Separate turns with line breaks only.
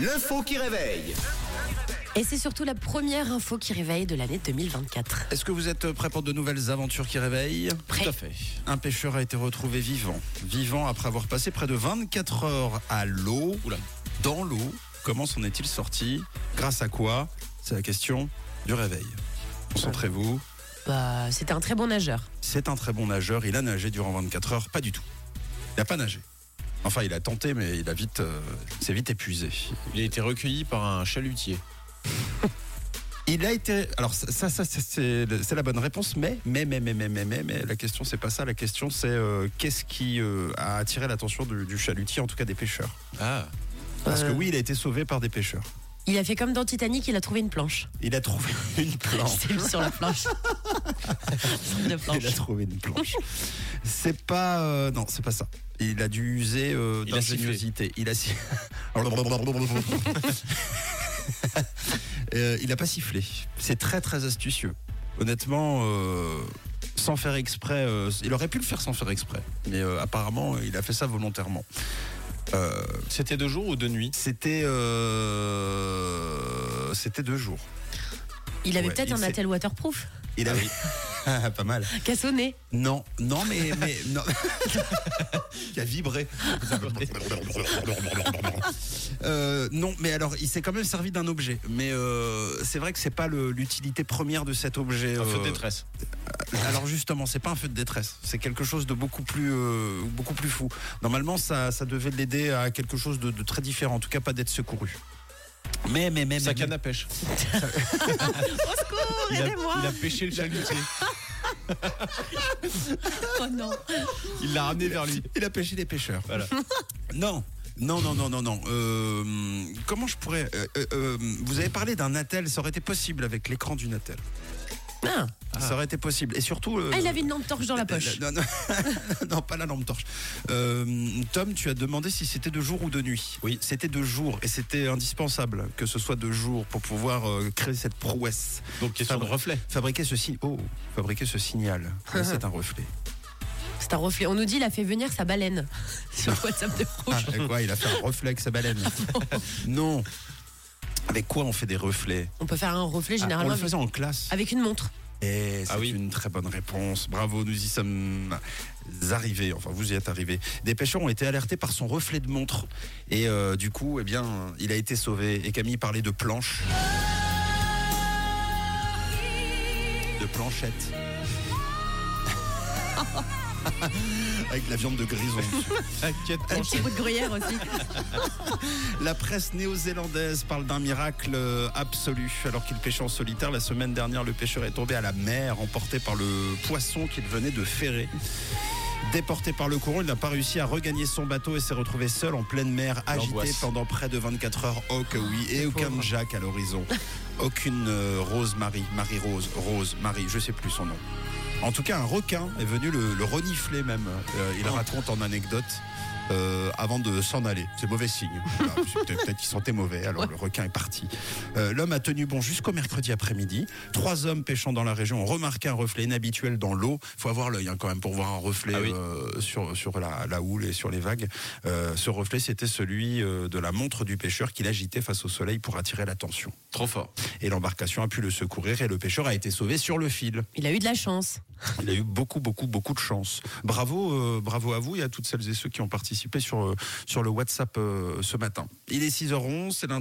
L'info qui réveille.
Et c'est surtout la première info qui réveille de l'année 2024.
Est-ce que vous êtes prêt pour de nouvelles aventures qui réveillent
Prêt.
Tout à fait. Un pêcheur a été retrouvé vivant. Vivant après avoir passé près de 24 heures à l'eau. Dans l'eau. Comment s'en est-il sorti Grâce à quoi C'est la question du réveil. Concentrez-vous.
Bah, c'était un très bon nageur.
C'est un très bon nageur. Il a nagé durant 24 heures. Pas du tout. Il n'a pas nagé. Enfin, il a tenté, mais il a vite, euh, s'est vite épuisé.
Il a été recueilli par un chalutier.
Il a été. Alors ça, ça, ça, ça, c'est c'est la bonne réponse, mais mais mais mais mais mais mais, mais la question c'est pas ça. La question c'est euh, qu'est-ce qui euh, a attiré l'attention du, du chalutier, en tout cas des pêcheurs.
Ah,
Parce que
Euh.
oui, il a été sauvé par des pêcheurs.
Il a fait comme dans Titanic, il a trouvé une planche.
Il a trouvé une
Il
planche.
s'est mis sur la planche. Sur la planche.
Il a trouvé une planche. C'est pas euh, non, c'est pas ça. Il a dû user euh,
Il a sifflé.
d'ingéniosité. Il a si- Euh, il a pas sifflé. C'est très très astucieux. Honnêtement, euh, sans faire exprès, euh, il aurait pu le faire sans faire exprès. Mais euh, apparemment, il a fait ça volontairement. Euh,
c'était de jour ou de nuit
c'était euh, c'était deux jours.
Il avait
Ouais,
peut-être
il
un
s'est-
attel waterproof.
Il avait Ah, pas mal.
Cassonné.
Non, non, mais, mais non. qui a vibré. Euh, non, mais alors, il s'est quand même servi d'un objet. Mais euh, c'est vrai que c'est pas le- l'utilité première de cet objet.
Un feu de
euh,
détresse.
alors justement, c'est pas un feu de détresse, c'est quelque chose de beaucoup plus, euh, beaucoup plus fou. Normalement, ça, ça devait l'aider à quelque chose de, de très différent, en tout cas pas d'être secouru. Mais, mais, mais,
Sa
mais,
canne à pêche.
Au secours,
Il a,
aidez-moi.
il a pêché le chalutier.
Oh non.
Il l'a ramené vers lui.
Il a pêché des pêcheurs.
Voilà.
Non. Non, non, non, non, non. Euh, comment je pourrais. euh, euh, euh, vous avez parlé d'un attel, ça aurait été possible avec l'écran du attel.
Ah,
Ça aurait été possible. Et surtout. euh,
Ah, il avait une lampe torche dans la poche.
Non, non, non, pas la lampe torche. Euh, Tom, tu as demandé si c'était de jour ou de nuit. Oui, c'était de jour et c'était indispensable que ce soit de jour pour pouvoir euh, créer cette prouesse.
Donc question de
Fabri-
reflet.
Fabriquer ce, si- oh, fabriquer ce signal, c'est un reflet.
C'est un reflet. On nous dit, il a fait venir sa baleine sur le WhatsApp de Rouge.
Avec Ah, quoi Il a fait un reflet avec sa baleine. non. Avec quoi on fait des reflets
On peut faire un reflet
Ah, On
généralement
le
avec-
faisait en classe.
avec une montre.
Et c'est
Ah oui.
une très bonne réponse. Bravo, nous y sommes arrivés. Enfin, vous y êtes arrivés. Des pêcheurs ont été alertés par son reflet de montre. Et euh, du coup, eh bien, il a été sauvé. Et Camille parlait de planche. De planchette. Avec la viande de grison dessus.
Inquiète
Ah,
Un petit bout de gruyère aussi.
La presse néo-zélandaise parle d'un miracle euh, absolu. Alors qu'il pêchait en solitaire, la semaine dernière, le pêcheur est tombé à la mer, emporté par le poisson qu'il venait de ferrer. Déporté par le courant, il n'a pas réussi à regagner son bateau et s'est retrouvé seul en pleine mer, agité
L'angoisse.
pendant près de 24 heures. Oh que oui, et aucun
pauvre.
Jack à l'horizon. Aucune euh, Rose Marie, Marie Rose, Rose Marie, je sais plus son nom. En tout cas, un requin est venu le, le renifler même. Euh, il raconte en anecdote euh, avant de s'en aller. C'est mauvais signe. Voilà, c'est peut-être peut-être qu'il sentait mauvais, alors le requin est parti. Euh, L'homme a tenu bon jusqu'au mercredi après-midi. Trois hommes pêchant dans la région ont remarqué un reflet inhabituel dans l'eau. faut avoir l'œil hein, quand même pour voir un reflet
Ah oui.
euh, sur, sur la, la houle et sur les vagues. Euh, ce reflet, c'était celui euh, de la montre du pêcheur qu'il agitait face au soleil pour attirer l'attention.
Trop fort.
Et l'embarcation a pu le secourir et le pêcheur a été sauvé sur le fil.
Il a eu de la chance.
Il a eu beaucoup, beaucoup, beaucoup de chance. Bravo, euh, bravo à vous et à toutes celles et ceux qui ont participé sur, euh, sur le WhatsApp euh, ce matin. Il est 6h11, c'est lundi.